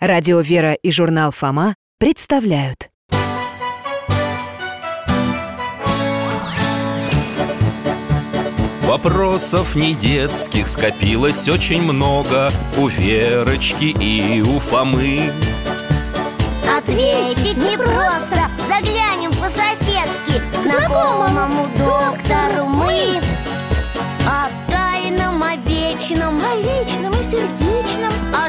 Радио «Вера» и журнал «Фома» представляют. Вопросов не детских скопилось очень много У Верочки и у Фомы Ответить непросто Заглянем по-соседски Знакомому доктору мы О тайном, о вечном О личном и сердечном, О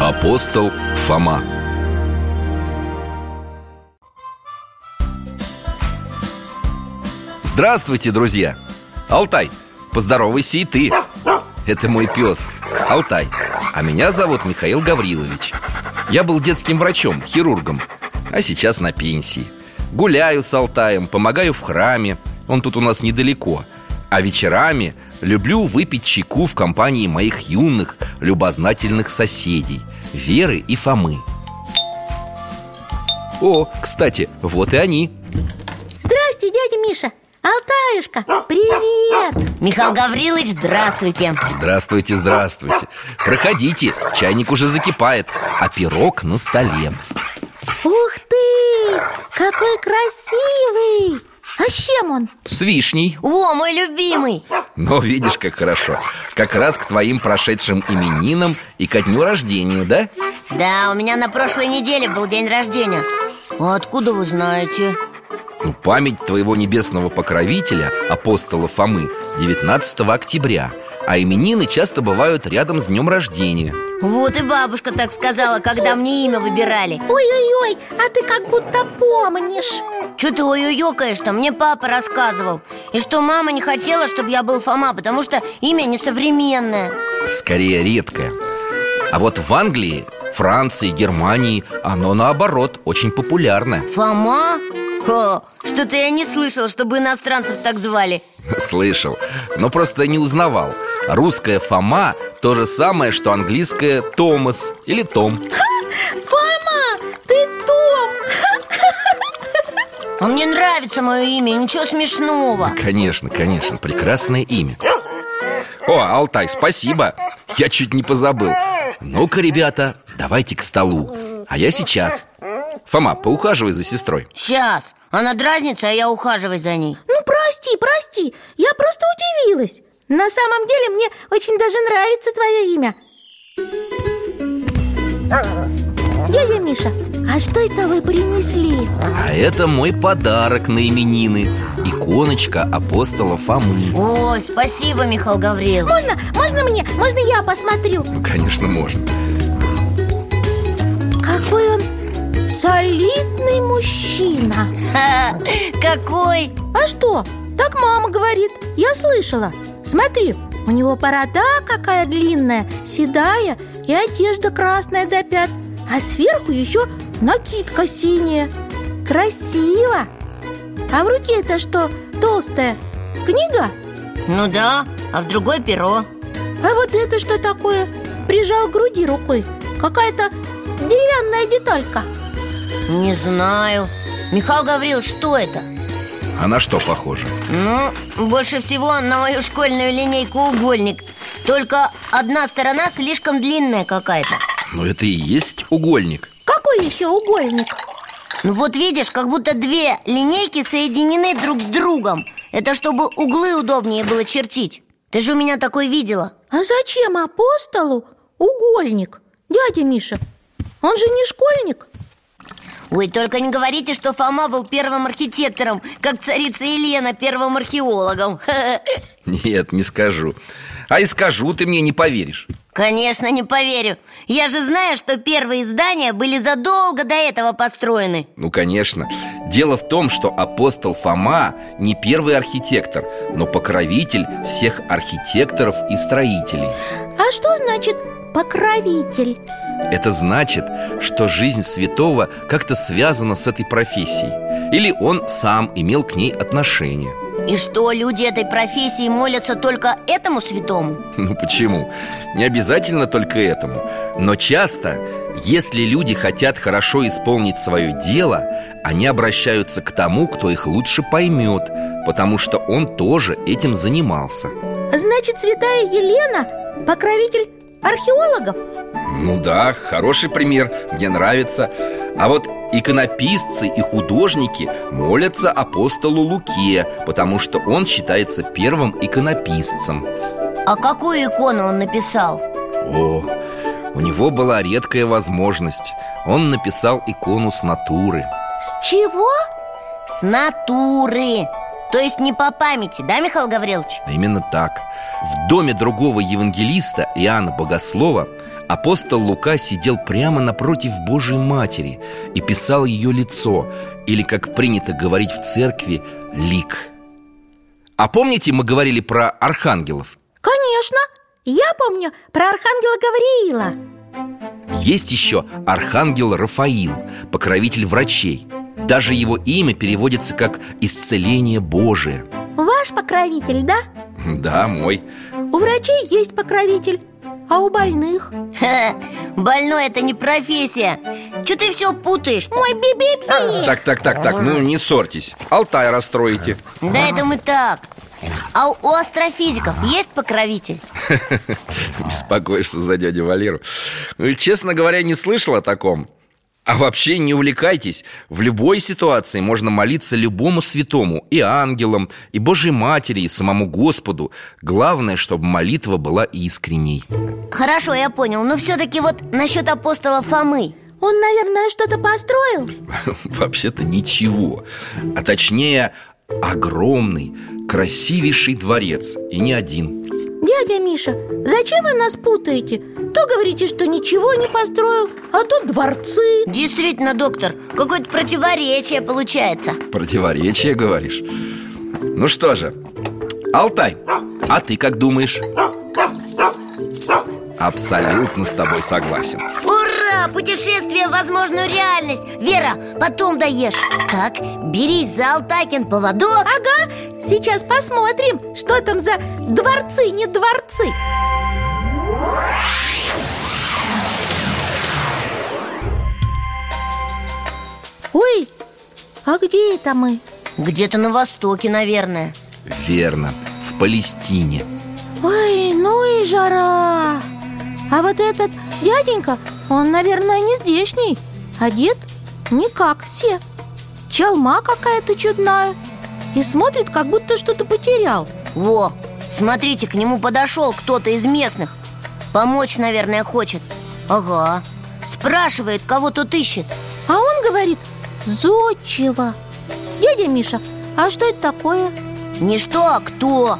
Апостол Фома Здравствуйте, друзья! Алтай, поздоровайся и ты Это мой пес, Алтай А меня зовут Михаил Гаврилович Я был детским врачом, хирургом А сейчас на пенсии Гуляю с Алтаем, помогаю в храме Он тут у нас недалеко А вечерами люблю выпить чайку в компании моих юных, любознательных соседей Веры и Фомы О, кстати, вот и они Здрасте, дядя Миша Алтаюшка, привет! Михаил Гаврилович, здравствуйте Здравствуйте, здравствуйте Проходите, чайник уже закипает А пирог на столе Ух ты! Какой красивый! А с чем он? С вишней О, мой любимый Но Ну, видишь, как хорошо Как раз к твоим прошедшим именинам И ко дню рождения, да? Да, у меня на прошлой неделе был день рождения А откуда вы знаете? Ну, память твоего небесного покровителя, апостола Фомы 19 октября А именины часто бывают рядом с днем рождения Вот и бабушка так сказала, когда мне имя выбирали Ой-ой-ой, а ты как будто помнишь Че ты ой что Мне папа рассказывал И что мама не хотела, чтобы я был Фома Потому что имя несовременное Скорее редкое А вот в Англии, Франции, Германии Оно наоборот, очень популярное Фома? О, что-то я не слышал, чтобы иностранцев так звали Слышал, но просто не узнавал Русская Фома то же самое, что английская Томас или Том Фома, ты Том! А мне нравится мое имя, ничего смешного Конечно, конечно, прекрасное имя О, Алтай, спасибо, я чуть не позабыл Ну-ка, ребята, давайте к столу А я сейчас Фома, поухаживай за сестрой Сейчас, она дразнится, а я ухаживаю за ней Ну прости, прости, я просто удивилась На самом деле мне очень даже нравится твое имя Дядя Миша, а что это вы принесли? А это мой подарок на именины Иконочка апостола Фомы Ой, спасибо, Михаил Гаврил Можно, можно мне, можно я посмотрю? Ну, конечно, можно Какой он солидный мужчина Ха, Какой? А что? Так мама говорит, я слышала Смотри, у него борода какая длинная, седая и одежда красная до пят А сверху еще накидка синяя Красиво! А в руке это что, толстая? Книга? Ну да, а в другой перо А вот это что такое? Прижал к груди рукой Какая-то деревянная деталька Не знаю Михаил Гаврил, что это? А на что похоже? Ну, больше всего на мою школьную линейку угольник Только одна сторона слишком длинная какая-то Ну, это и есть угольник Какой еще угольник? Ну вот видишь, как будто две линейки соединены друг с другом Это чтобы углы удобнее было чертить Ты же у меня такой видела А зачем апостолу угольник, дядя Миша? Он же не школьник Ой, только не говорите, что Фома был первым архитектором Как царица Елена первым археологом Нет, не скажу А и скажу, ты мне не поверишь Конечно, не поверю Я же знаю, что первые здания были задолго до этого построены Ну, конечно Дело в том, что апостол Фома не первый архитектор Но покровитель всех архитекторов и строителей А что значит покровитель? Это значит, что жизнь святого как-то связана с этой профессией Или он сам имел к ней отношение И что, люди этой профессии молятся только этому святому? Ну почему? Не обязательно только этому Но часто, если люди хотят хорошо исполнить свое дело Они обращаются к тому, кто их лучше поймет Потому что он тоже этим занимался Значит, святая Елена – покровитель археологов Ну да, хороший пример, мне нравится А вот иконописцы и художники молятся апостолу Луке Потому что он считается первым иконописцем А какую икону он написал? О, у него была редкая возможность Он написал икону с натуры С чего? С натуры То есть не по памяти, да, Михаил Гаврилович? А Именно так В доме другого евангелиста Иоанна Богослова Апостол Лука сидел прямо напротив Божьей Матери И писал ее лицо Или, как принято говорить в церкви, лик А помните, мы говорили про архангелов? Конечно, я помню про архангела Гавриила Есть еще архангел Рафаил, покровитель врачей Даже его имя переводится как «исцеление Божие» Ваш покровитель, да? Да, мой У врачей есть покровитель, а у больных Ха, больной это не профессия Че ты все путаешь? Мой би-би-би Так, так, так, так, ну не ссорьтесь Алтай расстроите Да это мы так А у астрофизиков есть покровитель? Беспокоишься за дядю Валеру Ну, Честно говоря, не слышал о таком А вообще не увлекайтесь В любой ситуации можно молиться любому святому И ангелам, и Божьей Матери, и самому Господу Главное, чтобы молитва была искренней Хорошо, я понял, но все-таки вот насчет апостола Фомы Он, наверное, что-то построил Вообще-то ничего А точнее, огромный, красивейший дворец И не один Дядя Миша, зачем вы нас путаете? То говорите, что ничего не построил, а то дворцы Действительно, доктор, какое-то противоречие получается Противоречие, говоришь? Ну что же, Алтай, а ты как думаешь? Абсолютно с тобой согласен Ура! Путешествие в возможную реальность Вера, потом доешь Так, берись за Алтакин поводок Ага, сейчас посмотрим, что там за дворцы, не дворцы Ой, а где это мы? Где-то на востоке, наверное Верно, в Палестине Ой, ну и жара А вот этот дяденька, он, наверное, не здешний Одет не как все Чалма какая-то чудная И смотрит, как будто что-то потерял Во, смотрите, к нему подошел кто-то из местных Помочь, наверное, хочет Ага Спрашивает, кого тут ищет А он говорит «Зодчего» Дядя Миша, а что это такое? Не что, а кто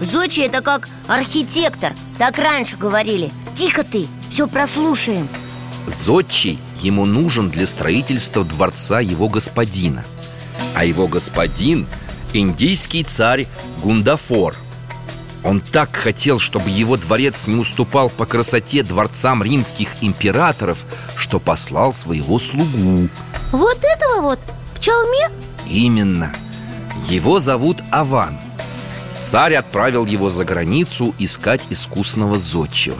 Зодчий это как архитектор Так раньше говорили Тихо ты, все прослушаем Зодчий ему нужен для строительства дворца его господина А его господин – индийский царь Гундафор Он так хотел, чтобы его дворец не уступал по красоте дворцам римских императоров Что послал своего слугу Вот этого вот в чалме? Именно. Его зовут Аван. Царь отправил его за границу искать искусного зодчего.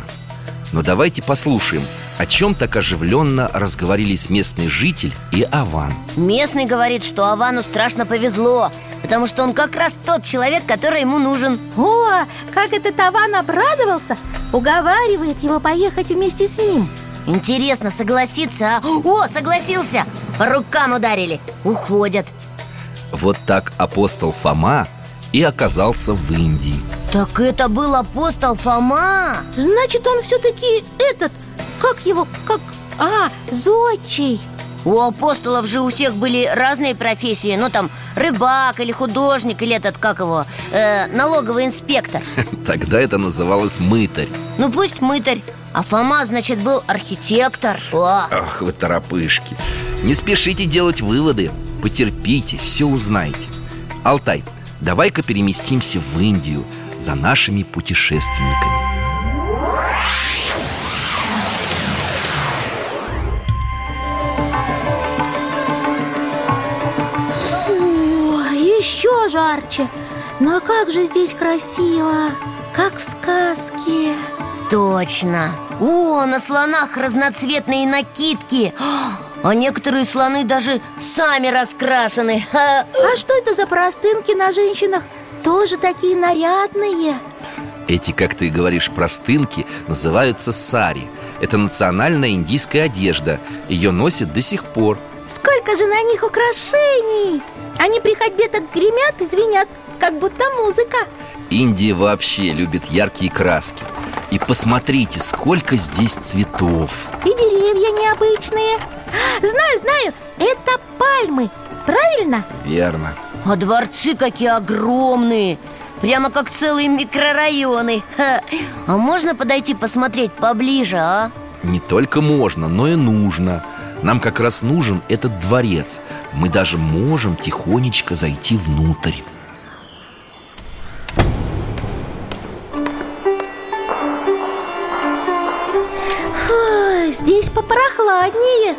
Но давайте послушаем, о чем так оживленно разговорились местный житель и Аван. Местный говорит, что Авану страшно повезло Потому что он как раз тот человек, который ему нужен О, как этот Аван обрадовался Уговаривает его поехать вместе с ним Интересно, согласится, а? О, согласился! По рукам ударили, уходят Вот так апостол Фома и оказался в Индии. Так это был апостол Фома Значит, он все-таки этот, как его, как... А, зодчий У апостолов же у всех были разные профессии Ну там рыбак или художник или этот, как его, э, налоговый инспектор Тогда это называлось мытарь. Ну пусть мытарь А Фома, значит, был архитектор О, Ах, вы торопышки Не спешите делать выводы Потерпите, все узнаете Алтай, давай-ка переместимся в Индию За нашими путешественниками еще жарче Но как же здесь красиво, как в сказке Точно О, на слонах разноцветные накидки А, А некоторые слоны даже сами раскрашены Ха. А что это за простынки на женщинах? Тоже такие нарядные Эти, как ты говоришь, простынки называются сари Это национальная индийская одежда Ее носят до сих пор Сколько же на них украшений! Они при ходьбе так гремят и звенят, как будто музыка Индия вообще любит яркие краски И посмотрите, сколько здесь цветов И деревья необычные А, Знаю, знаю, это пальмы, правильно? Верно А дворцы какие огромные Прямо как целые микрорайоны Ха. А можно подойти посмотреть поближе, а? Не только можно, но и нужно Нам как раз нужен этот дворец Мы даже можем тихонечко зайти внутрь Фу, здесь попрохладнее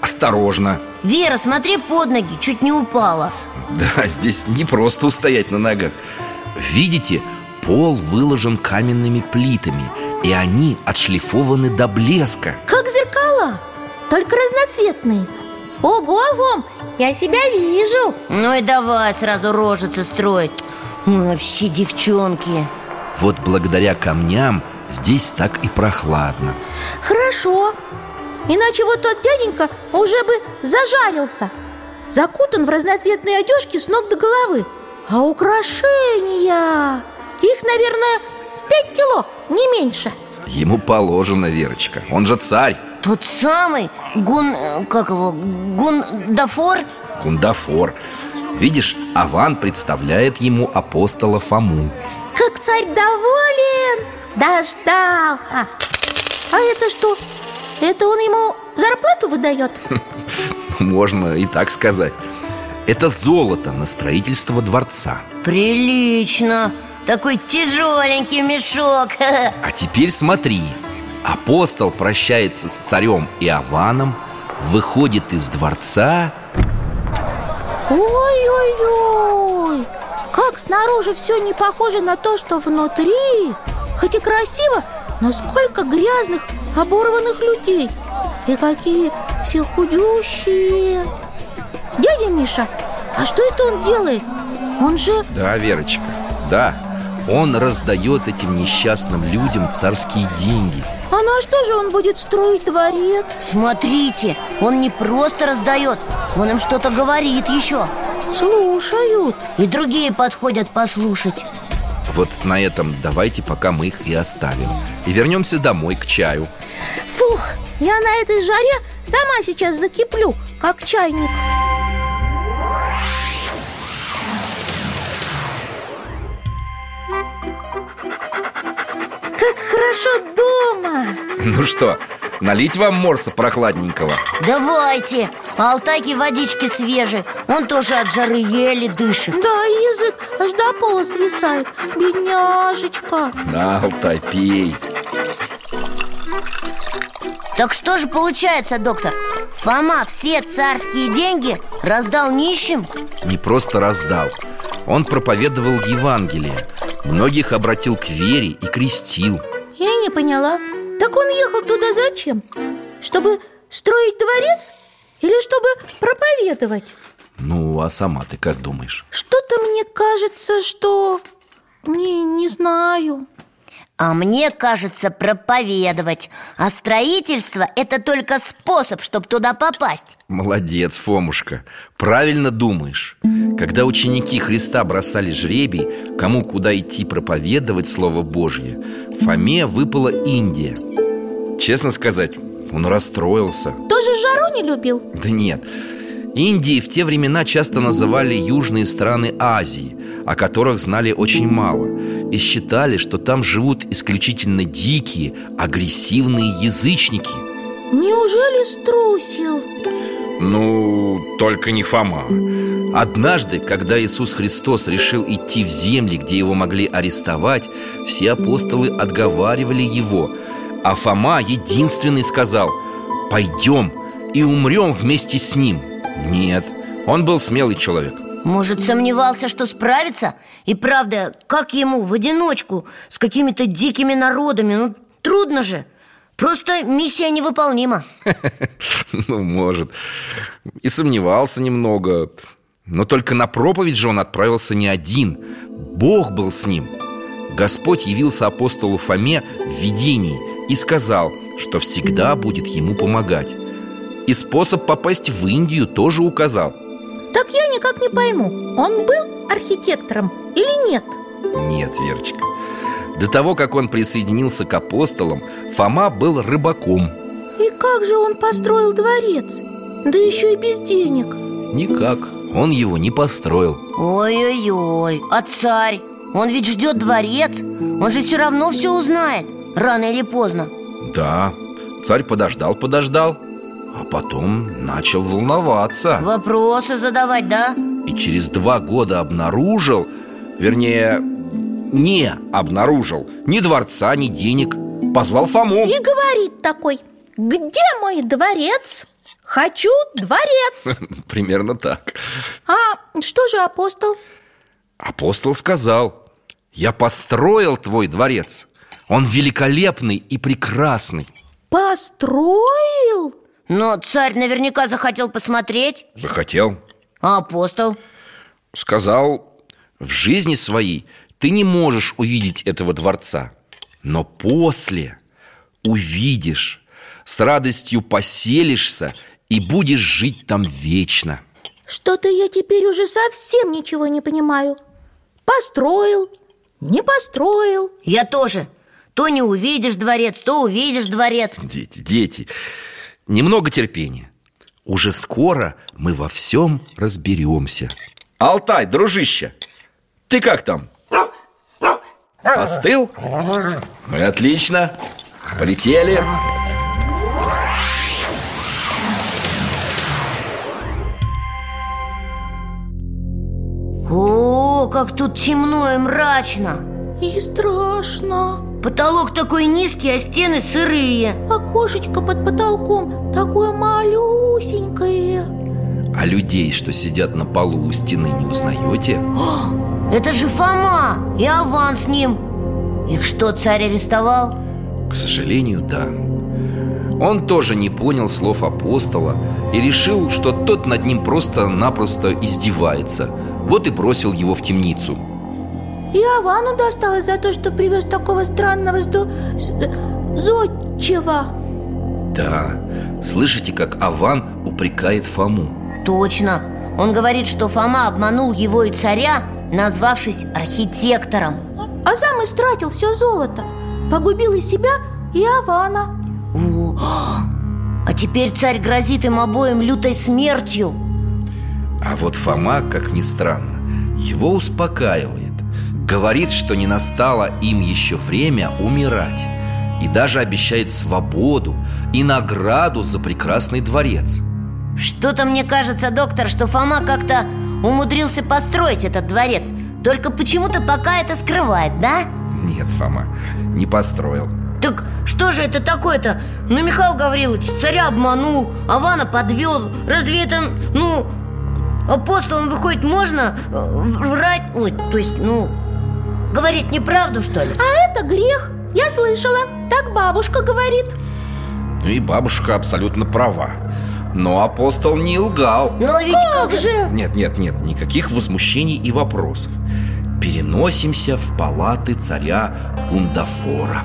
Осторожно Вера, смотри под ноги, чуть не упала Да, здесь не просто устоять на ногах Видите, пол выложен каменными плитами И они отшлифованы до блеска Как зеркала, только разноцветные Ого, Вом, я себя вижу Ну и давай сразу рожицы строить Ну, Вообще девчонки Вот благодаря камням здесь так и прохладно Хорошо Иначе вот тот дяденька уже бы зажарился Закутан в разноцветные одежки с ног до головы А украшения Их, наверное, пять кило, не меньше Ему положено, Верочка Он же царь Тот самый Гун... э, Как его? Гундафор? Кундафор Видишь, Аван представляет ему апостола Фому Как царь доволен Дождался А это что? Это он ему зарплату выдает? Можно и так сказать Это золото на строительство дворца Прилично Такой тяжеленький мешок А теперь смотри Апостол прощается с царем Иованом Выходит из дворца Ой-ой-ой! Как снаружи все не похоже на то, что внутри Хоть и красиво, но сколько грязных, оборванных людей И какие все худющие Дядя Миша, а что это он делает? Он же... Да, Верочка, да Он раздает этим несчастным людям царские деньги А на что же он будет строить дворец? Смотрите, он не просто раздает Он им что-то говорит еще Слушают И другие подходят послушать Вот на этом давайте пока мы их и оставим И вернемся домой к чаю Фух, я на этой жаре сама сейчас закиплю, как чайник Как хорошо дома! Ну что, налить вам морса прохладненького? Давайте, а Алтаки водички свежие Он тоже от жары еле дышит Да, и язык аж до пола свисает Бедняжечка На, Алтай, пей Так что же получается, доктор? Фома все царские деньги раздал нищим? Не просто раздал Он проповедовал Евангелие Многих обратил к вере и крестил Я не поняла Так он ехал туда зачем? Чтобы строить дворец? Или чтобы проповедовать? Ну, а сама ты как думаешь? Что-то мне кажется, что... Не, не знаю А мне кажется, проповедовать А строительство – это только способ, чтобы туда попасть Молодец, Фомушка, правильно думаешь Когда ученики Христа бросали жребий Кому куда идти проповедовать Слово Божье Фоме выпала Индия Честно сказать, он расстроился Тоже жару не любил? Да нет Индии в те времена часто называли южные страны Азии, о которых знали очень мало, и считали, что там живут исключительно дикие, агрессивные язычники. Неужели струсил? Ну, только не Фома. Однажды, когда Иисус Христос решил идти в земли, где его могли арестовать, все апостолы отговаривали его, а Фома единственный сказал «Пойдем и умрем вместе с ним». Нет, он был смелый человек, Может, сомневался, что справится? И правда, как ему в одиночку с какими-то дикими народами? Ну, трудно же Просто миссия невыполнима Ну, может И сомневался немного Но только на проповедь же он отправился не один Бог был с ним Господь явился апостолу Фоме в видении И сказал, что всегда будет ему помогать И способ попасть в Индию тоже указал Так я никак не пойму, он был архитектором или нет? Нет, Верочка до того, как он присоединился к апостолам, Фома был рыбаком И как же он построил дворец? Да еще и без денег Никак, он его не построил Ой-ой-ой, а царь? Он ведь ждет дворец Он же все равно все узнает, рано или поздно Да, царь подождал-подождал А потом начал волноваться Вопросы задавать, да? И через два года обнаружил Вернее, не обнаружил ни дворца, ни денег Позвал Фому И говорит такой Где мой дворец? Хочу дворец Примерно так А что же апостол? Апостол сказал Я построил твой дворец Он великолепный и прекрасный Построил? Но царь наверняка захотел посмотреть Захотел А апостол? Сказал В жизни своей ты не можешь увидеть этого дворца, но после увидишь, с радостью поселишься и будешь жить там вечно. Что-то я теперь уже совсем ничего не понимаю. Построил, не построил. Я тоже То не увидишь дворец, то увидишь дворец Дети, дети, немного терпения. Уже скоро мы во всем разберемся. Алтай, дружище, ты как там? Остыл? Ну и отлично. Полетели. О, как тут темно и мрачно И страшно. Потолок такой низкий, а стены сырые Окошечко под потолком такое малюсенькое. А людей, что сидят на полу у стены, не узнаете? Это же Фома и Аван с ним Их что, царь арестовал? К сожалению, да. Он тоже не понял слов апостола и решил, что тот над ним просто-напросто издевается. Вот и бросил его в темницу. И Авану досталось за то, что привез такого странного сду... с- э, зодчего. Да, слышите, как Аван упрекает Фому. Точно Он говорит, что Фома обманул его и царя Назвавшись архитектором А сам истратил все золото. Погубил и себя, и Авана. О, А теперь царь грозит им обоим лютой смертью А вот Фома, как ни странно, его успокаивает. Говорит, что не настало им еще время умирать. И даже обещает свободу и награду за прекрасный дворец. Что-то мне кажется, доктор, что Фома как-то умудрился построить этот дворец Только почему-то пока это скрывает, да? Нет, Фома, не построил. Так что же это такое-то? Ну, Михаил Гаврилович, царя обманул, Авана подвел Разве это, ну, апостолом выходит можно э, в- врать? Ой, то есть, ну, говорить неправду, что ли? А это грех, я слышала. Так бабушка говорит. Ну и бабушка абсолютно права. Но апостол не лгал. Ну, ведь Как же? Нет, нет, нет, никаких возмущений и вопросов. Переносимся в палаты царя Гундафора.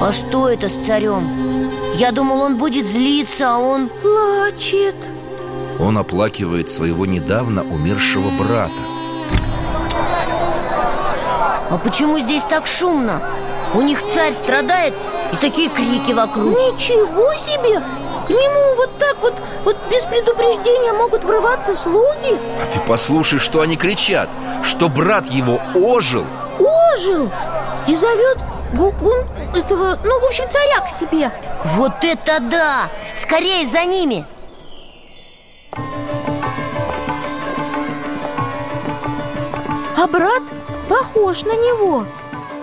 А что это с царем? Я думал, он будет злиться, а он... Плачет. Он оплакивает своего недавно умершего брата. А почему здесь так шумно? У них царь страдает и такие крики вокруг Ничего себе! К нему вот так вот, вот без предупреждения могут врываться слуги? А ты послушай, что они кричат, что брат его ожил. Ожил! И зовет Гугун этого, ну, в общем, царя к себе Вот это да! Скорее за ними! А брат Похож на него,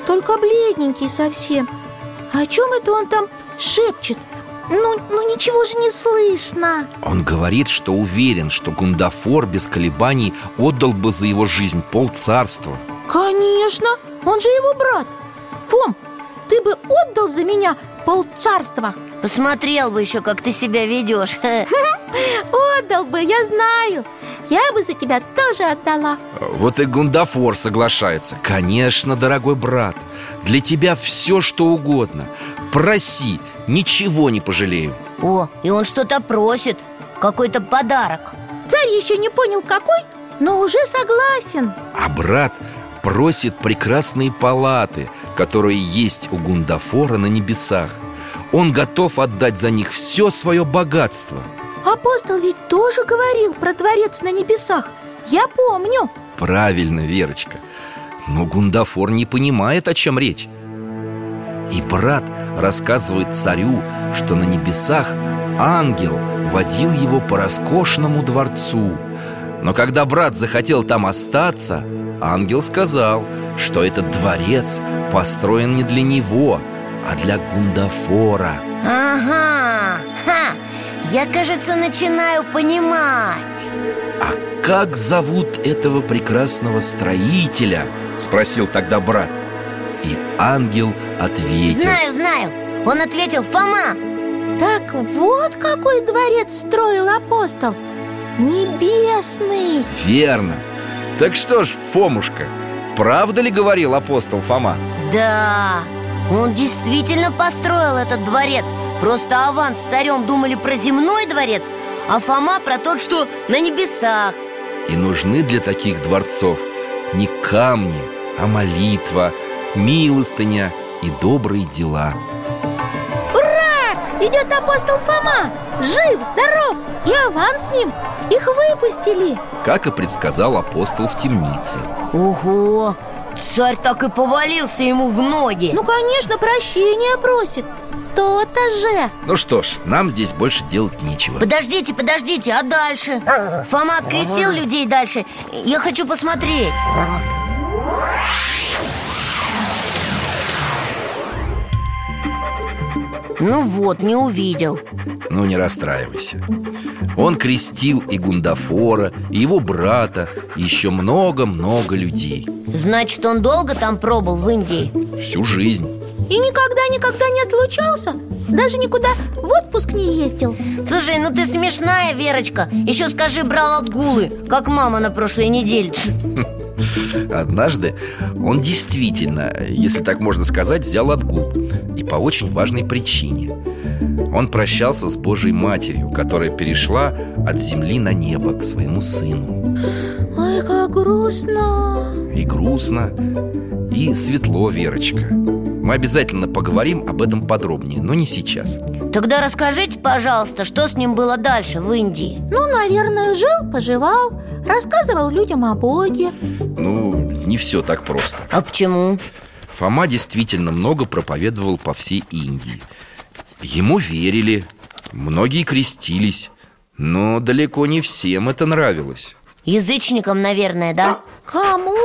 только бледненький совсем. О чем это он там шепчет? Ну, ну ничего же не слышно. Он говорит, что уверен, что Гундафор без колебаний отдал бы за его жизнь пол царства. Конечно, он же его брат. Фом, ты бы отдал за меня полцарства. Посмотрел бы еще, как ты себя ведешь Отдал бы, я знаю. Я бы за тебя тоже отдала. Вот и Гундафор соглашается. Конечно, дорогой брат, для тебя все, что угодно. Проси, ничего не пожалею. О, и он что-то просит Какой-то подарок Царь еще не понял какой, но уже согласен. А брат просит прекрасные палаты, которые есть у Гундафора на небесах. Он готов отдать за них все свое богатство. Апостол ведь тоже говорил про дворец на небесах. Я помню. Правильно, Верочка. Но Гундафор не понимает, о чем речь. И брат рассказывает царю, что на небесах ангел водил его по роскошному дворцу. Но когда брат захотел там остаться, ангел сказал, что этот дворец построен не для него, а для Гундафора. Ага, ха, я, кажется, начинаю понимать А как зовут этого прекрасного строителя? Спросил тогда брат. И ангел ответил. Знаю, знаю Он ответил Фома Так вот какой дворец строил апостол. Небесный. Верно. Так что ж, Фомушка, правда ли говорил апостол Фома? Да, он действительно построил этот дворец Просто Аван с царем думали про земной дворец А Фома про тот, что на небесах И нужны для таких дворцов не камни, а молитва, милостыня и добрые дела. Идет апостол Фома. Жив, здоров. И Аван с ним. Их выпустили. Как и предсказал апостол в темнице. Ого, царь так и повалился ему в ноги Ну, конечно, прощения просит. То-то же. Ну что ж, нам здесь больше делать нечего. Подождите, подождите, а дальше? Фома крестил людей дальше Я хочу посмотреть Ну вот, не увидел Ну не расстраивайся. Он крестил и Гундафора, и его брата, и еще много-много людей. Значит, он долго там пробыл в Индии? Всю жизнь. И никогда-никогда не отлучался. Даже никуда в отпуск не ездил. Слушай, ну ты смешная, Верочка Еще скажи, брал отгулы, как мама на прошлой неделе Однажды он действительно, если так можно сказать, взял отгул И по очень важной причине Он прощался с Божьей Матерью, которая перешла от земли на небо к своему сыну Ой, как грустно. И грустно, и светло, Верочка Мы обязательно поговорим об этом подробнее, но не сейчас Тогда расскажите, пожалуйста, что с ним было дальше в Индии Ну, наверное, жил, поживал, рассказывал людям о Боге. Ну, не все так просто А почему? Фома действительно много проповедовал по всей Индии. Ему верили, многие крестились, но далеко не всем это нравилось. Язычником, наверное, да? Кому?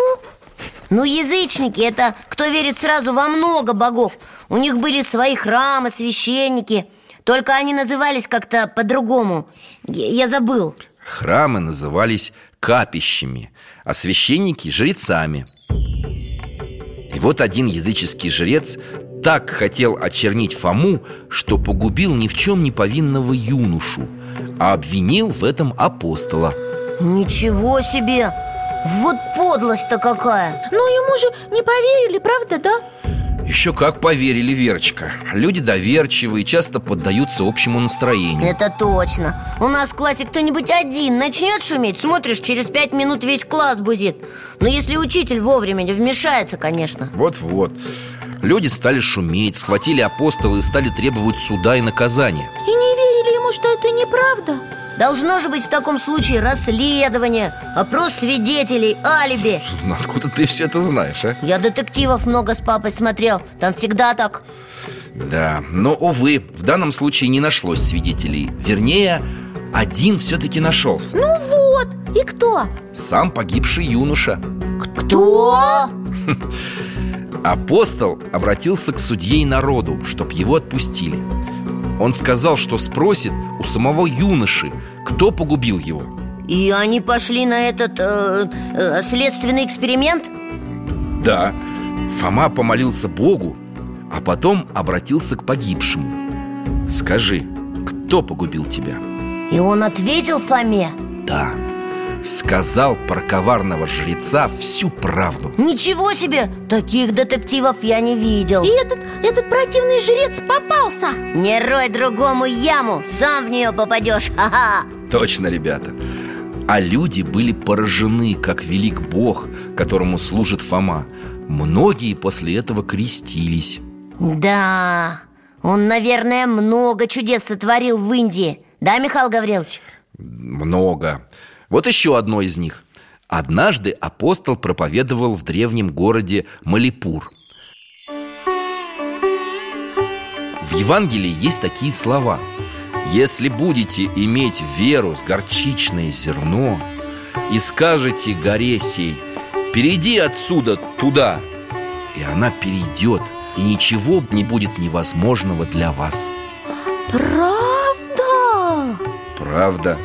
Ну, язычники – это кто верит сразу во много богов У них были свои храмы, священники Только они назывались как-то по-другому Я я забыл Храмы назывались капищами, а священники – жрецами. И вот один языческий жрец так хотел очернить Фому, что погубил ни в чем не повинного юношу, а обвинил в этом апостола. Ничего себе! Вот подлость-то какая! Ну, ему же не поверили, правда, да? Еще как поверили, Верочка. Люди доверчивые, часто поддаются общему настроению. Это точно У нас в классе кто-нибудь один начнет шуметь Смотришь, через пять минут весь класс бузит Но если учитель вовремя не вмешается, конечно Вот-вот Люди стали шуметь, схватили апостола и стали требовать суда и наказания И не верили ему, что это неправда. Должно же быть в таком случае расследование Опрос свидетелей, алиби Ну, Откуда ты все это знаешь, а? Я детективов много с папой смотрел Там всегда так Да, но, увы, в данном случае не нашлось свидетелей Вернее, один все-таки нашелся Ну вот, и кто? Сам погибший юноша Кто? Кто? Апостол обратился к судье и народу, чтоб его отпустили. Он сказал, что спросит у самого юноши, кто погубил его. И они пошли на этот э, э, следственный эксперимент? Да, Фома помолился Богу, а потом обратился к погибшему. Скажи, кто погубил тебя? И он ответил Фоме Да, сказал про коварного жреца всю правду. Ничего себе! Таких детективов я не видел И этот, этот противный жрец попался Не рой другому яму, сам в нее попадешь Ха-ха! Точно, ребята А люди были поражены, как велик Бог, которому служит Фома Многие после этого крестились Да, он, наверное, много чудес сотворил в Индии Да, Михаил Гаврилович? Много Вот еще одно из них Однажды апостол проповедовал в древнем городе Малипур В Евангелии есть такие слова Если будете иметь веру с горчичное зерно И скажете горе сей Перейди отсюда туда И она перейдет И ничего не будет невозможного для вас Правда? Правда.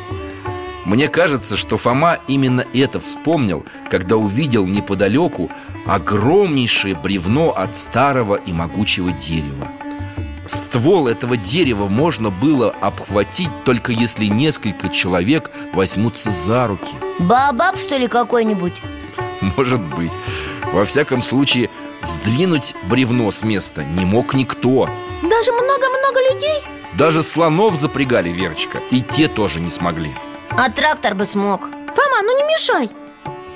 Мне кажется, что Фома именно это вспомнил, когда увидел неподалеку огромнейшее бревно от старого и могучего дерева. Ствол этого дерева можно было обхватить только если несколько человек возьмутся за руки. Бабаб, что ли, какой-нибудь? Может быть. Во всяком случае, сдвинуть бревно с места не мог никто. Даже много-много людей? Даже слонов запрягали, Верочка, и те тоже не смогли. А трактор бы смог Фома, ну не мешай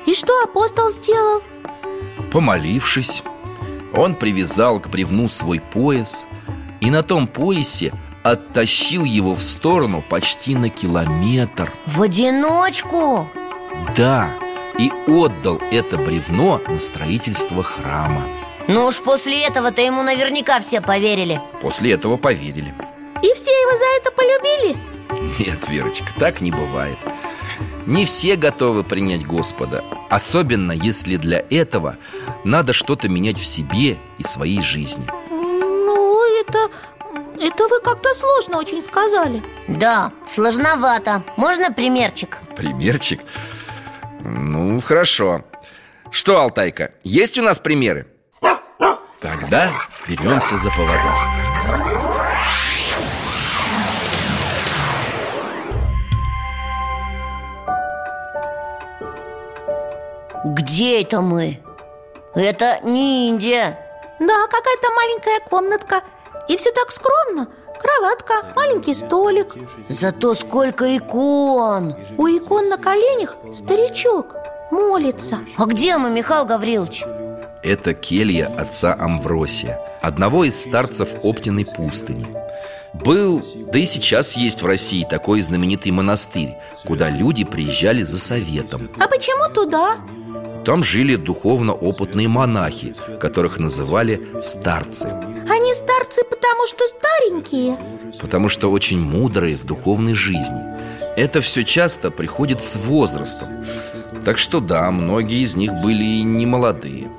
И что апостол сделал? Помолившись, он привязал к бревну свой пояс и на том поясе оттащил его в сторону почти на километр. В одиночку? Да, и отдал это бревно на строительство храма. Ну уж после этого-то ему наверняка все поверили После этого поверили. И все его за это полюбили? Нет, Верочка, так не бывает. Не все готовы принять Господа, особенно если для этого надо что-то менять в себе и своей жизни. Ну, это... Это вы как-то сложно очень сказали Да, сложновато Можно примерчик? Примерчик? Ну, хорошо Что, Алтайка, есть у нас примеры? Тогда беремся за поводок Где это мы? Это не Индия Да, какая-то маленькая комнатка И все так скромно Кроватка, маленький столик Зато сколько икон У икон на коленях старичок Молится А где мы, Михаил Гаврилович? Это келья отца Амвросия Одного из старцев Оптиной пустыни Был, да и сейчас есть в России такой знаменитый монастырь Куда люди приезжали за советом А почему туда? Там жили духовно опытные монахи Которых называли старцы Они старцы, потому что старенькие потому что очень мудрые в духовной жизни. Это все часто приходит с возрастом. Так что да, многие из них были и немолодые.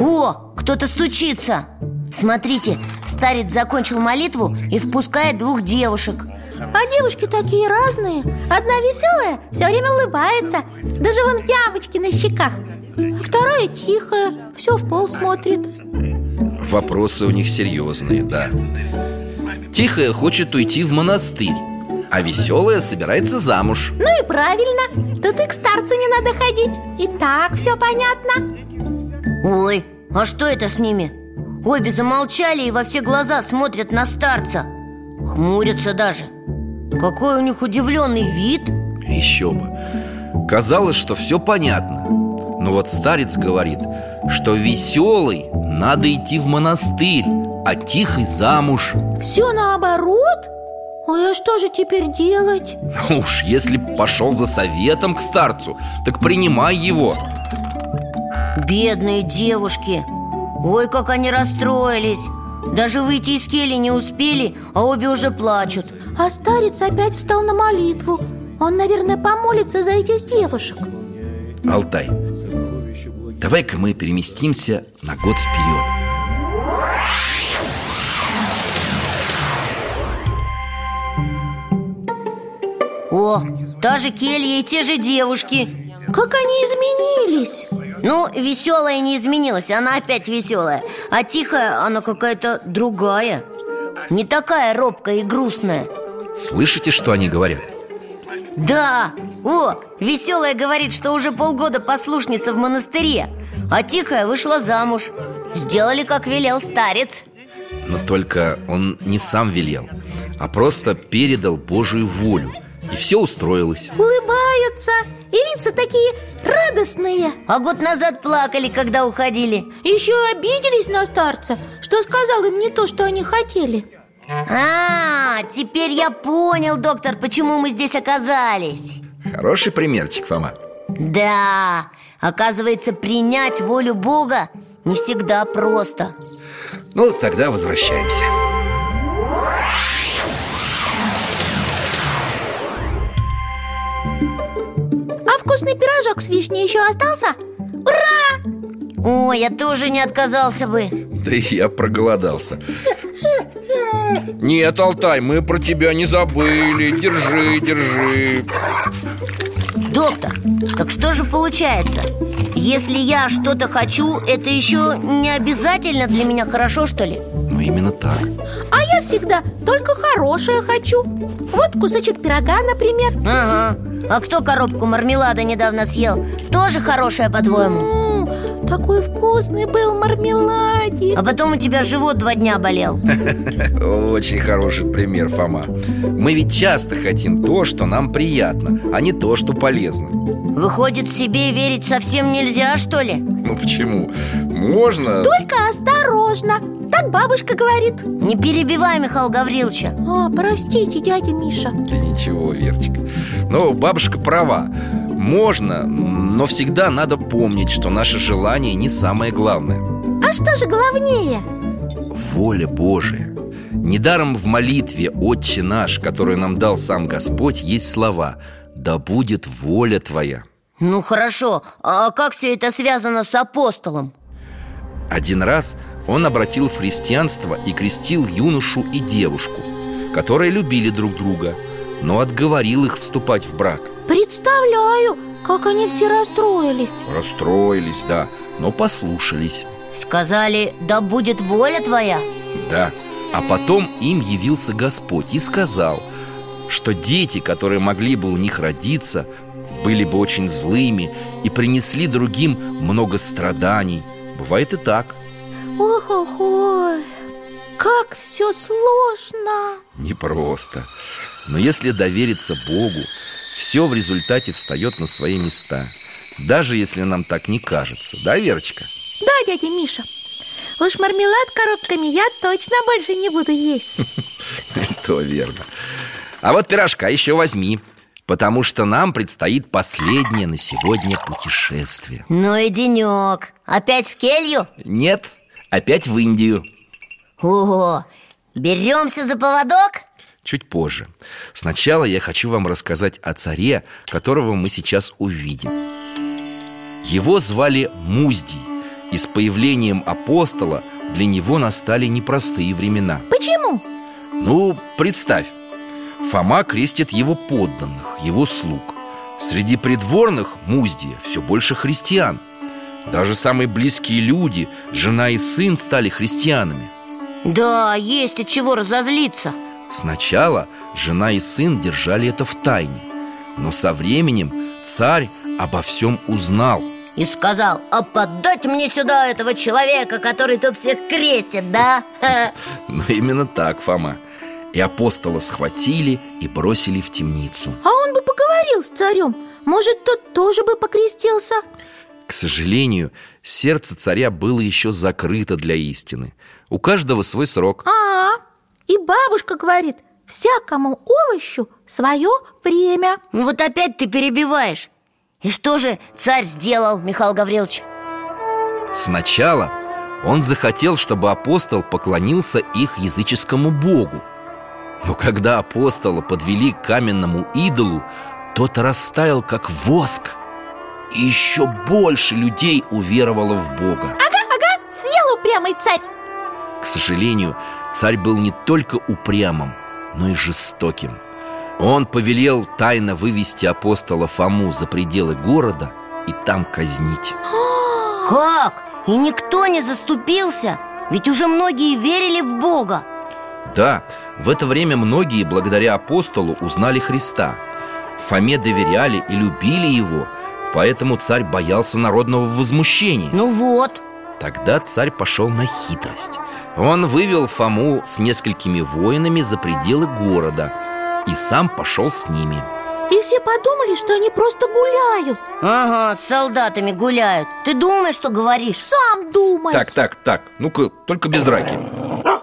О, кто-то стучится Смотрите, старец закончил молитву и впускает двух девушек А девушки такие разные Одна веселая, все время улыбается Даже вон ямочки на щеках а Вторая тихая, все в пол смотрит Вопросы у них серьезные, да. Тихая хочет уйти в монастырь, а веселая собирается замуж. Ну и правильно, тут и к старцу не надо ходить И так все понятно Ой, а что это с ними? Обе замолчали и во все глаза смотрят на старца Хмурятся даже Какой у них удивленный вид Еще бы. Казалось, что все понятно. Но вот старец говорит, что веселый надо идти в монастырь, а тихой замуж. Все наоборот? Ой, а что же теперь делать? Ну Уж если пошел за советом к старцу, так принимай его Бедные девушки Ой, как они расстроились Даже выйти из кели не успели, а обе уже плачут А старец опять встал на молитву Он, наверное, помолится за этих девушек Алтай, давай-ка мы переместимся на год вперед. О, та же келья и те же девушки Как они изменились Ну, веселая не изменилась, она опять веселая А тихая она какая-то другая Не такая робкая и грустная Слышите, что они говорят? Да! О, веселая говорит, что уже полгода послушница в монастыре А тихая вышла замуж Сделали, как велел старец Но только он не сам велел, а просто передал Божию волю. И все устроилось. Улыбаются И лица такие радостные А год назад плакали, когда уходили Еще и обиделись на старца Что сказал им не то, что они хотели А, теперь я понял, доктор, почему мы здесь оказались Хороший примерчик, Фома. Да, оказывается, принять волю Бога не всегда просто Ну, тогда возвращаемся. А вкусный пирожок с вишней еще остался? Ура! О, я тоже не отказался бы Да и я проголодался. Нет, Алтай, мы про тебя не забыли. Держи, держи. Доктор, так что же получается? Если я что-то хочу, это еще не обязательно для меня хорошо, что ли? Ну, именно так. А я всегда только хорошее хочу Вот кусочек пирога, например Ага А кто коробку мармелада недавно съел? Тоже хорошая, по-твоему? М, Такой вкусный был мармеладик А потом у тебя живот два дня болел Очень хороший пример, Фома. Мы ведь часто хотим то, что нам приятно, а не то, что полезно. Выходит, себе верить совсем нельзя, что ли? Ну почему? Можно... Только осторожно, так бабушка говорит Не перебивай, Михаил Гавриловича А, простите, дядя Миша Да ничего, Верчик Но бабушка права Можно, но всегда надо помнить, что наше желание не самое главное А что же главнее? Воля Божия Недаром в молитве «Отче наш», которую нам дал сам Господь, есть слова «Да будет воля твоя» Ну хорошо, а как все это связано с апостолом? Один раз он обратил в христианство и крестил юношу и девушку, которые любили друг друга, но отговорил их вступать в брак. Представляю, как они все расстроились Расстроились, да, но послушались. Сказали, да будет воля твоя Да. А потом им явился Господь и сказал, что дети, которые могли бы у них родиться, были бы очень злыми и принесли другим много страданий. Бывает и так. ох ох ой как все сложно Непросто. Но если довериться Богу, все в результате встает на свои места. Даже если нам так не кажется. Да, Верочка? Да, дядя Миша Уж мармелад коробками я точно больше не буду есть То верно. А вот пирожка еще возьми, потому что нам предстоит последнее на сегодня путешествие. Ну и денек Опять в келью? Нет, опять в Индию Ого, беремся за поводок? Чуть позже Сначала я хочу вам рассказать о царе, которого мы сейчас увидим Его звали Муздий И с появлением апостола для него настали непростые времена Почему? Ну, представь Фома крестит его подданных, его слуг Среди придворных Муздия все больше христиан Даже самые близкие люди, жена и сын стали христианами Да, есть от чего разозлиться Сначала жена и сын держали это в тайне, но со временем царь обо всем узнал. И сказал, а подать мне сюда этого человека, который тут всех крестит, да? Ха. Но Ну, именно так, Фома. И апостола схватили и бросили в темницу. А он бы поговорил с царем Может, тот тоже бы покрестился? К сожалению, сердце царя было еще закрыто для истины. У каждого свой срок. А, и бабушка говорит Всякому овощу свое время Ну вот опять ты перебиваешь И что же царь сделал, Михаил Гаврилович? Сначала он захотел, чтобы апостол поклонился их языческому богу. Но когда апостола подвели к каменному идолу, тот растаял как воск. И еще больше людей уверовало в Бога Съел упрямый царь К сожалению, царь был не только упрямым, но и жестоким Он повелел тайно вывести апостола Фому за пределы города и там казнить Как? И никто не заступился? Ведь уже многие верили в Бога Да, в это время многие благодаря апостолу узнали Христа Фоме доверяли и любили его, поэтому царь боялся народного возмущения Ну вот, Тогда царь пошел на хитрость Он вывел Фому с несколькими воинами за пределы города И сам пошел с ними И все подумали, что они просто гуляют ага, с солдатами гуляют Ты думаешь, что говоришь? Сам думай Так, так, так, ну-ка, только без драки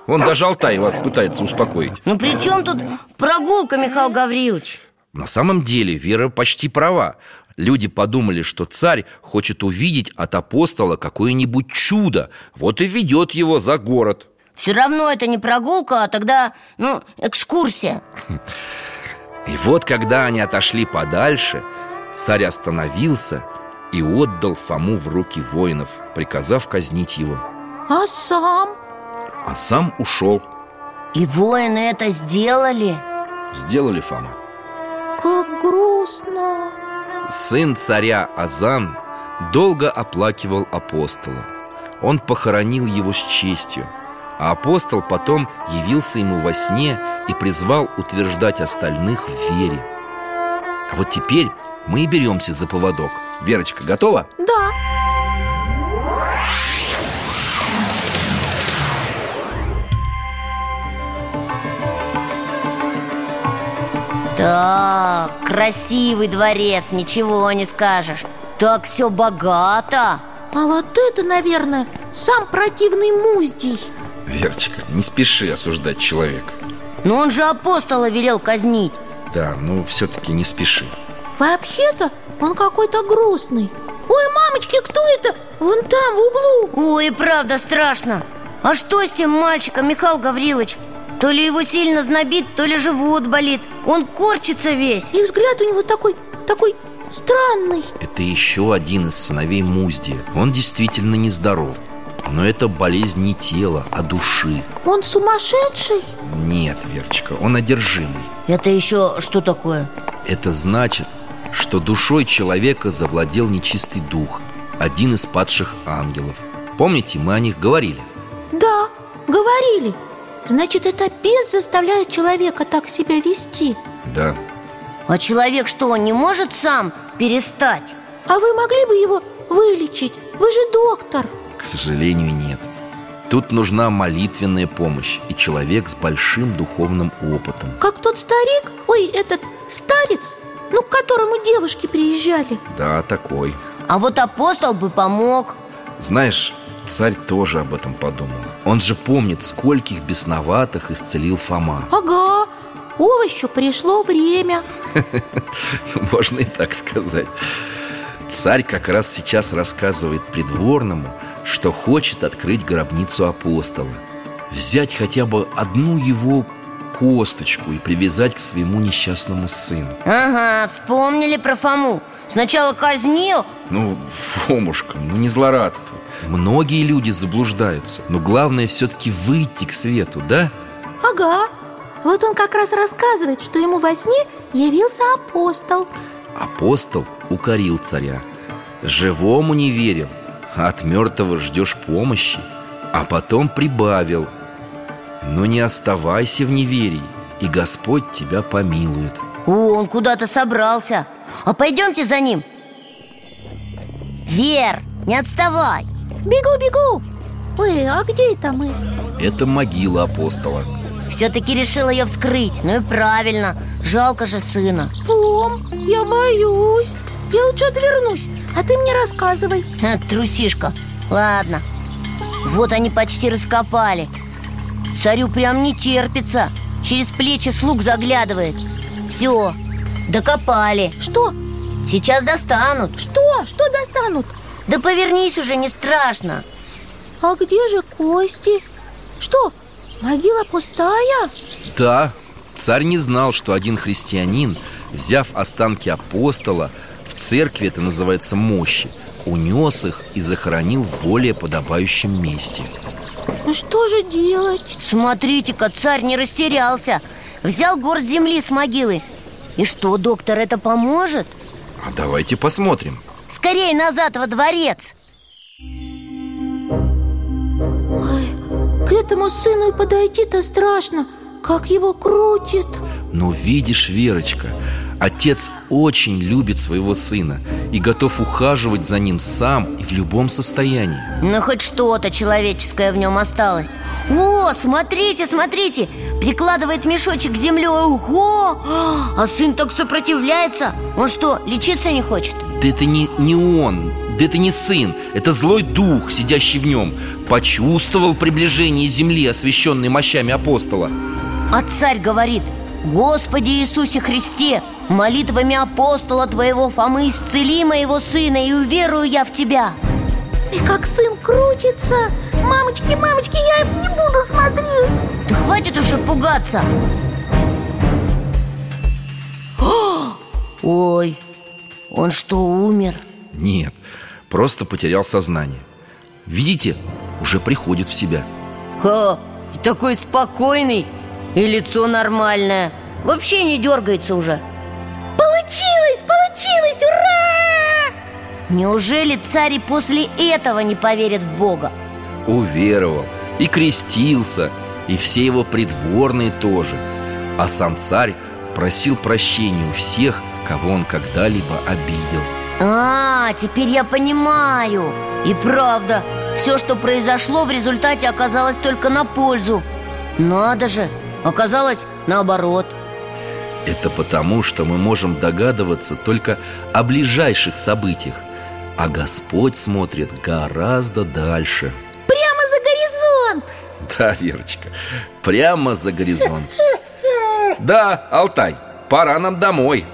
Он даже Алтай вас пытается успокоить Ну при чем тут прогулка, Михаил Гаврилович? На самом деле Вера почти права Люди подумали, что царь хочет увидеть от апостола какое-нибудь чудо Вот и ведет его за город Все равно это не прогулка, а тогда, ну, экскурсия И вот когда они отошли подальше, царь остановился и отдал Фому в руки воинов, приказав казнить его. А сам? А сам ушел. И воины это сделали Сделали Фома. Как грустно Сын царя Азан долго оплакивал апостола. Он похоронил его с честью. А апостол потом явился ему во сне и призвал утверждать остальных в вере. А вот теперь мы и беремся за поводок. Верочка, готова? Да, Так, красивый дворец, ничего не скажешь Так все богато а вот это, наверное, сам противный Муздий Верочка, не спеши осуждать человека. Но он же апостола велел казнить Да, ну все-таки не спеши Вообще-то он какой-то грустный Ой, мамочки, кто это? Вон там, в углу Ой, правда страшно А что с тем мальчиком, Михаил Гаврилович? То ли его сильно знобит, то ли живот болит Он корчится весь И взгляд у него такой, такой странный Это еще один из сыновей Муздия Он действительно нездоров Но это болезнь не тела, а души Он сумасшедший? Нет, Верочка, он одержимый Это еще что такое? Это значит, что душой человека завладел нечистый дух Один из падших ангелов Помните, мы о них говорили? Да, говорили Значит, это бес заставляет человека так себя вести Да А человек что, он не может сам перестать? А вы могли бы его вылечить? Вы же доктор К сожалению, нет Тут нужна молитвенная помощь И человек с большим духовным опытом Как тот старик, ой, этот старец Ну, к которому девушки приезжали Да, такой А вот апостол бы помог Знаешь, царь тоже об этом подумал Он же помнит, скольких бесноватых исцелил Фома Ага, овощу пришло время Можно и так сказать Царь как раз сейчас рассказывает придворному Что хочет открыть гробницу апостола Взять хотя бы одну его косточку И привязать к своему несчастному сыну Ага, вспомнили про Фому Сначала казнил, Ну, Фомушка, ну не злорадствуй Многие люди заблуждаются Но главное все-таки выйти к свету, да? Ага, вот он как раз рассказывает, что ему во сне явился апостол Апостол укорил царя Живому не верил, а от мертвого ждешь помощи А потом прибавил Но не оставайся в неверии, и Господь тебя помилует О, он куда-то собрался А пойдемте за ним Вер, не отставай Бегу, бегу Ой, а где это мы? Это могила апостола Все-таки решил ее вскрыть Ну и правильно, жалко же сына Том, я боюсь Я лучше отвернусь, а ты мне рассказывай Ха, Трусишка, ладно Вот они почти раскопали Царю прям не терпится Через плечи слуг заглядывает Все, докопали Что? Сейчас достанут Что? Что достанут? Да повернись уже, не страшно А где же кости? Что? Могила пустая? Да, царь не знал, что один христианин, взяв останки апостола, В церкви это называется мощи Унес их и захоронил в более подобающем месте Ну что же делать? Смотрите-ка, царь не растерялся Взял горсть земли с могилы И что, доктор, это поможет? А давайте посмотрим Скорее назад во дворец Ой, к этому сыну и подойти-то страшно Как его крутит Но видишь, Верочка, отец очень любит своего сына И готов ухаживать за ним сам и в любом состоянии Ну, хоть что-то человеческое в нем осталось О, смотрите, смотрите Прикладывает мешочек к земле Ого! А сын так сопротивляется Он что, лечиться не хочет? Да это не, не он, да это не сын Это злой дух, сидящий в нем Почувствовал приближение земли, освященной мощами апостола А царь говорит Господи Иисусе Христе Молитвами апостола твоего Фомы Исцели моего сына и уверую я в тебя И как сын крутится Мамочки, мамочки, я не буду смотреть Да хватит уже пугаться О! Ой, он что, умер? Нет, просто потерял сознание Видите, уже приходит в себя Ха, и такой спокойный И лицо нормальное Вообще не дергается уже Получилось, получилось, ура! Неужели царь и после этого не поверит в Бога? Уверовал и крестился И все его придворные тоже А сам царь просил прощения у всех, кого он когда-либо обидел А, теперь я понимаю И правда, все, что произошло в результате оказалось только на пользу Надо же, оказалось наоборот Это потому, что мы можем догадываться только о ближайших событиях, а Господь смотрит гораздо дальше. Прямо за горизонт Да, Верочка, прямо за горизонт. Да, Алтай, пора нам домой.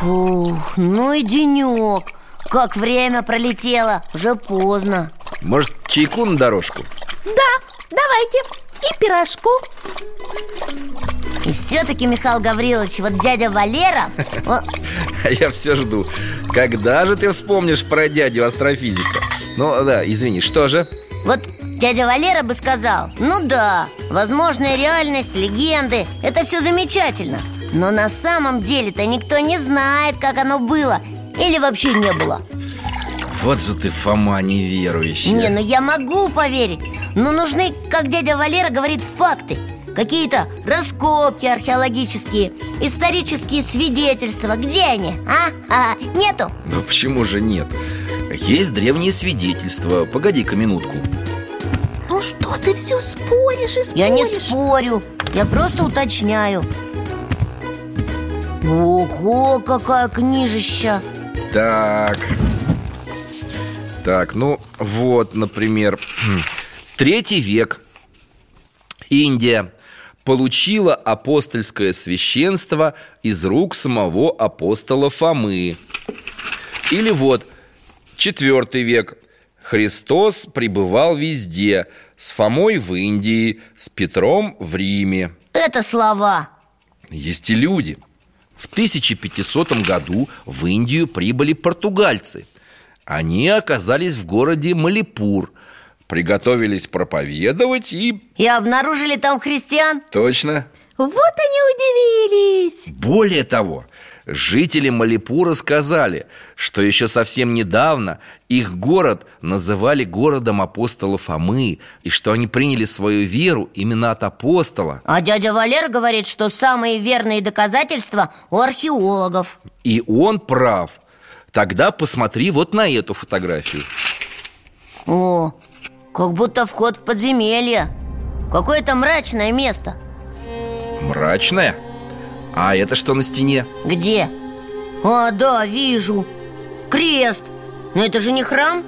Фух, ну и денек Как время пролетело, уже поздно Может, чайку на дорожку? Да, давайте И пирожку И все-таки, Михаил Гаврилович, вот дядя Валера о, А я все жду. Когда же ты вспомнишь про дядю астрофизика? Ну да, извини, что же? Вот дядя Валера бы сказал Ну да, возможная реальность, легенды Это все замечательно Но на самом деле-то никто не знает, как оно было Или вообще не было Вот же ты, Фома, неверующий Не, ну я могу поверить Но нужны, как дядя Валера говорит, факты Какие-то раскопки археологические Исторические свидетельства Где они? А? А, нету? Ну почему же нет? Есть древние свидетельства Погоди-ка минутку Ну что ты все споришь и споришь Я не спорю, я просто уточняю Ого, какая книжища Так Так, ну вот, например Третий век Индия получила апостольское священство из рук самого апостола Фомы Или вот, четвертый век Христос пребывал везде С Фомой в Индии, с Петром в Риме Это слова Есть и люди. В 1500 году в Индию прибыли португальцы. Они оказались в городе Малипур, приготовились проповедовать и... И обнаружили там христиан Точно. Вот они удивились Более того, жители Малипура сказали, что еще совсем недавно их город называли городом апостола Фомы, и что они приняли свою веру именно от апостола. А дядя Валер говорит, что самые верные доказательства у археологов И он прав. Тогда посмотри вот на эту фотографию. О, как будто вход в подземелье Какое-то мрачное место Мрачная? А это что на стене? Где? А, да, вижу Крест Но это же не храм?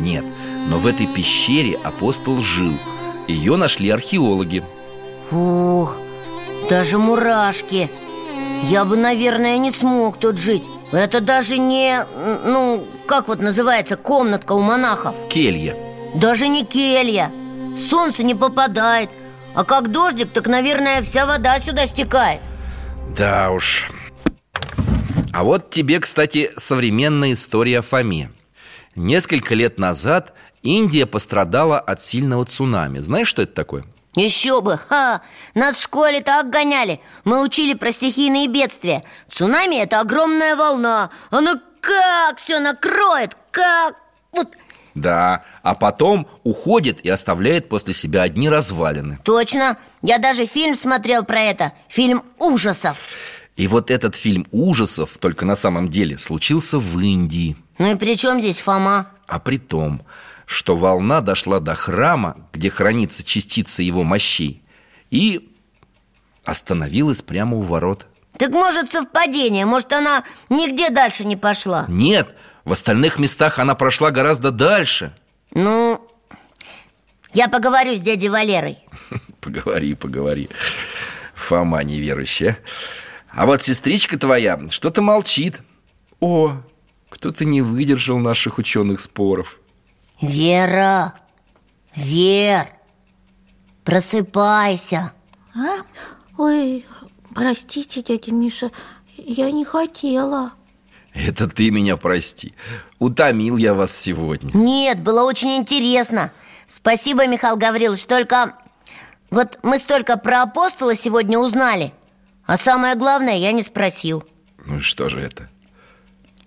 Нет, но в этой пещере апостол жил Ее нашли археологи Ух, даже мурашки Я бы, наверное, не смог тут жить Это даже не, ну, как вот называется, комнатка у монахов Келья Даже не келья Солнце не попадает А как дождик, так, наверное, вся вода сюда стекает Да уж А вот тебе, кстати, современная история о Фоме Несколько лет назад Индия пострадала от сильного цунами Знаешь, что это такое? Еще бы, ха! Нас в школе так гоняли Мы учили про стихийные бедствия Цунами – это огромная волна Она как все накроет, как... Вот Да, а потом уходит и оставляет после себя одни развалины точно, я даже фильм смотрел про это Фильм ужасов И вот этот фильм ужасов, только на самом деле, случился в Индии Ну и при чем здесь Фома? А при том, что волна дошла до храма, где хранится частица его мощей И остановилась прямо у ворот Так может совпадение, может она нигде дальше не пошла Нет, в остальных местах она прошла гораздо дальше Ну, я поговорю с дядей Валерой Поговори, поговори Фома неверующая А вот сестричка твоя что-то молчит О, кто-то не выдержал наших ученых споров Вера, Вер, просыпайся А? Ой, простите, дядя Миша, я не хотела Это ты меня прости Утомил я вас сегодня Нет, было очень интересно Спасибо, Михаил Гаврилович, только... Вот мы столько про апостола сегодня узнали А самое главное я не спросил Ну и что же это?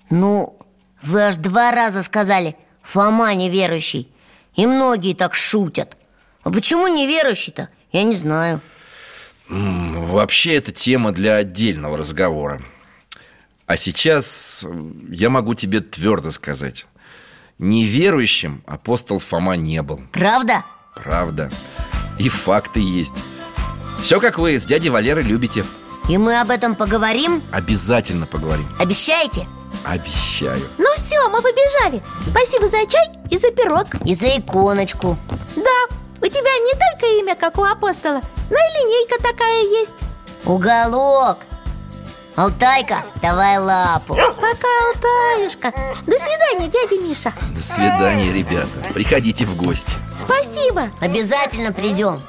Ну, вы аж два раза сказали Фома неверующий И многие так шутят А почему неверующий-то? Я не знаю М, Вообще это тема для отдельного разговора. А сейчас м, я могу тебе твердо сказать. Неверующим апостол Фома не был. Правда? Правда. И факты есть. Все как вы с дядей Валерой любите. И мы об этом поговорим? Обязательно поговорим. Обещаете? Обещаю. Ну все, мы побежали Спасибо за чай и за пирог И за иконочку Да, у тебя не только имя, как у апостола Но и линейка такая есть Уголок Алтайка, давай лапу Пока, Алтаюшка До свидания, дядя Миша До свидания, ребята. Приходите в гости. Спасибо Обязательно придем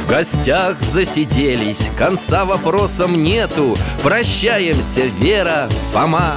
В гостях засиделись, конца вопросам нету. Прощаемся, Вера, Фома.